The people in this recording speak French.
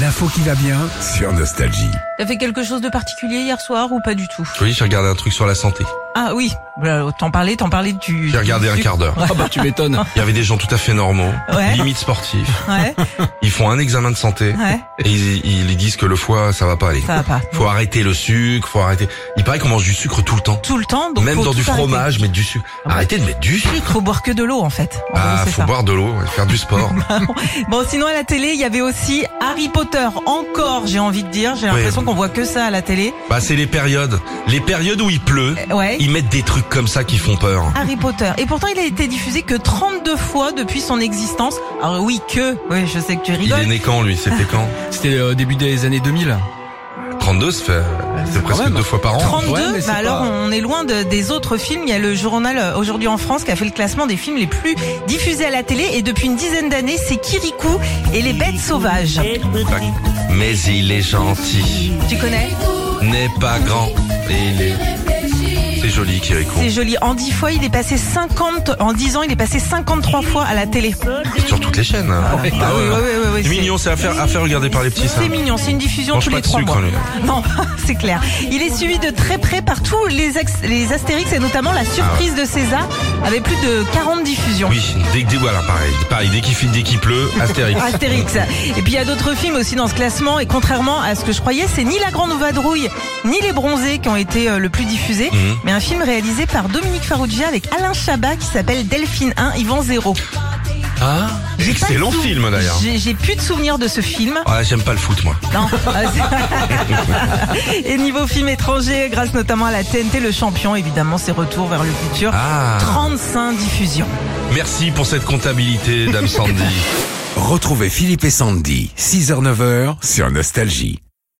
L'info qui va bien sur Nostalgie. T'as fait quelque chose de particulier hier soir ou pas du tout Oui, j'ai regardé un truc sur la santé. Ah oui, bah, t'en parlais, t'en parlais du... J'ai regardé un du- quart d'heure. Ah bah tu m'étonnes. Il y avait des gens tout à fait normaux, Ouais. limite sportifs. Ouais, Ils font un examen de santé ouais, et ils, ils, ils disent que le foie, ça va pas aller. ça va pas. Faut arrêter le sucre, faut arrêter. Il paraît qu'on mange du sucre tout le temps. Tout le temps, donc Même faut dans tout du arrêter. fromage, mettre du sucre. Ah bon Arrêtez de mettre du sucre. Faut boire que de l'eau en fait. En Ah, gros, c'est faut ça. boire de l'eau, et faire du sport. Bon, sinon à la télé, il y avait aussi Harry Potter. Encore, j'ai envie de dire. J'ai l'impression qu'on voit que ça à la télé. bah, c'est les périodes. Les périodes où il pleut, Euh, Ouais. ils mettent des trucs comme ça qui font peur. Harry Potter. Et pourtant, il a été diffusé que 32 fois depuis son existence. Alors oui, que. Oui, je sais que tu Il est rigoles. né quand, lui C'était quand C'était au début des années 2000. 32, ça fait- c'est presque même. hein. deux fois par an. 32, Ouais, mais bah c'est alors pas- on est loin de- des autres films. Il y a le journal euh, Aujourd'hui en France qui a fait le classement des films les plus diffusés à la télé. Et depuis une dizaine d'années, c'est Kirikou et les bêtes sauvages. Mais il est gentil. Tu connais n'est pas grand. Et il est- C'est joli, Kirikou. C'est joli. En 10 fois, il est passé 50, en 10 ans, il est passé 53 fois à la télé. Sur toutes les chaînes. oui, Ah ouais. oui, oui, oui, oui, C'est mignon, c'est à faire, à faire regarder par les petits, ça. C'est mignon, c'est une diffusion Mange tous pas les de trois sucre, mois. lui. Non, c'est clair. Il est suivi de très près par tous les, ex- les Astérix et notamment la surprise de César avec plus de 40 diffusions. Ah. Oui, dès que, dès- voilà, pareil. Pareil, dès qu'il fait- dès qu'il pleut, Ah, Astérix. Astérix. Et puis il y a d'autres films aussi dans ce classement et contrairement à ce que je croyais, c'est ni La Grande Vadrouille ni Les Bronzés qui ont été euh, le plus diffusés, Mhm. mais un film réalisé par Dominique Farrugia avec Alain Chabat qui s'appelle Delphine 1, Yvan 0. Ah, J'ai pas excellent de sou- film, d'ailleurs. J'ai j'ai plus de souvenirs de ce film. Ouais, j'aime pas le foot, moi. Non. Et niveau film étranger, grâce notamment à la TNT, le champion, évidemment, ses retours vers le futur. Ah. 35 diffusions. Merci pour cette comptabilité, Dame Sandy. Retrouvez Philippe et Sandy, 6h-9h sur Nostalgie.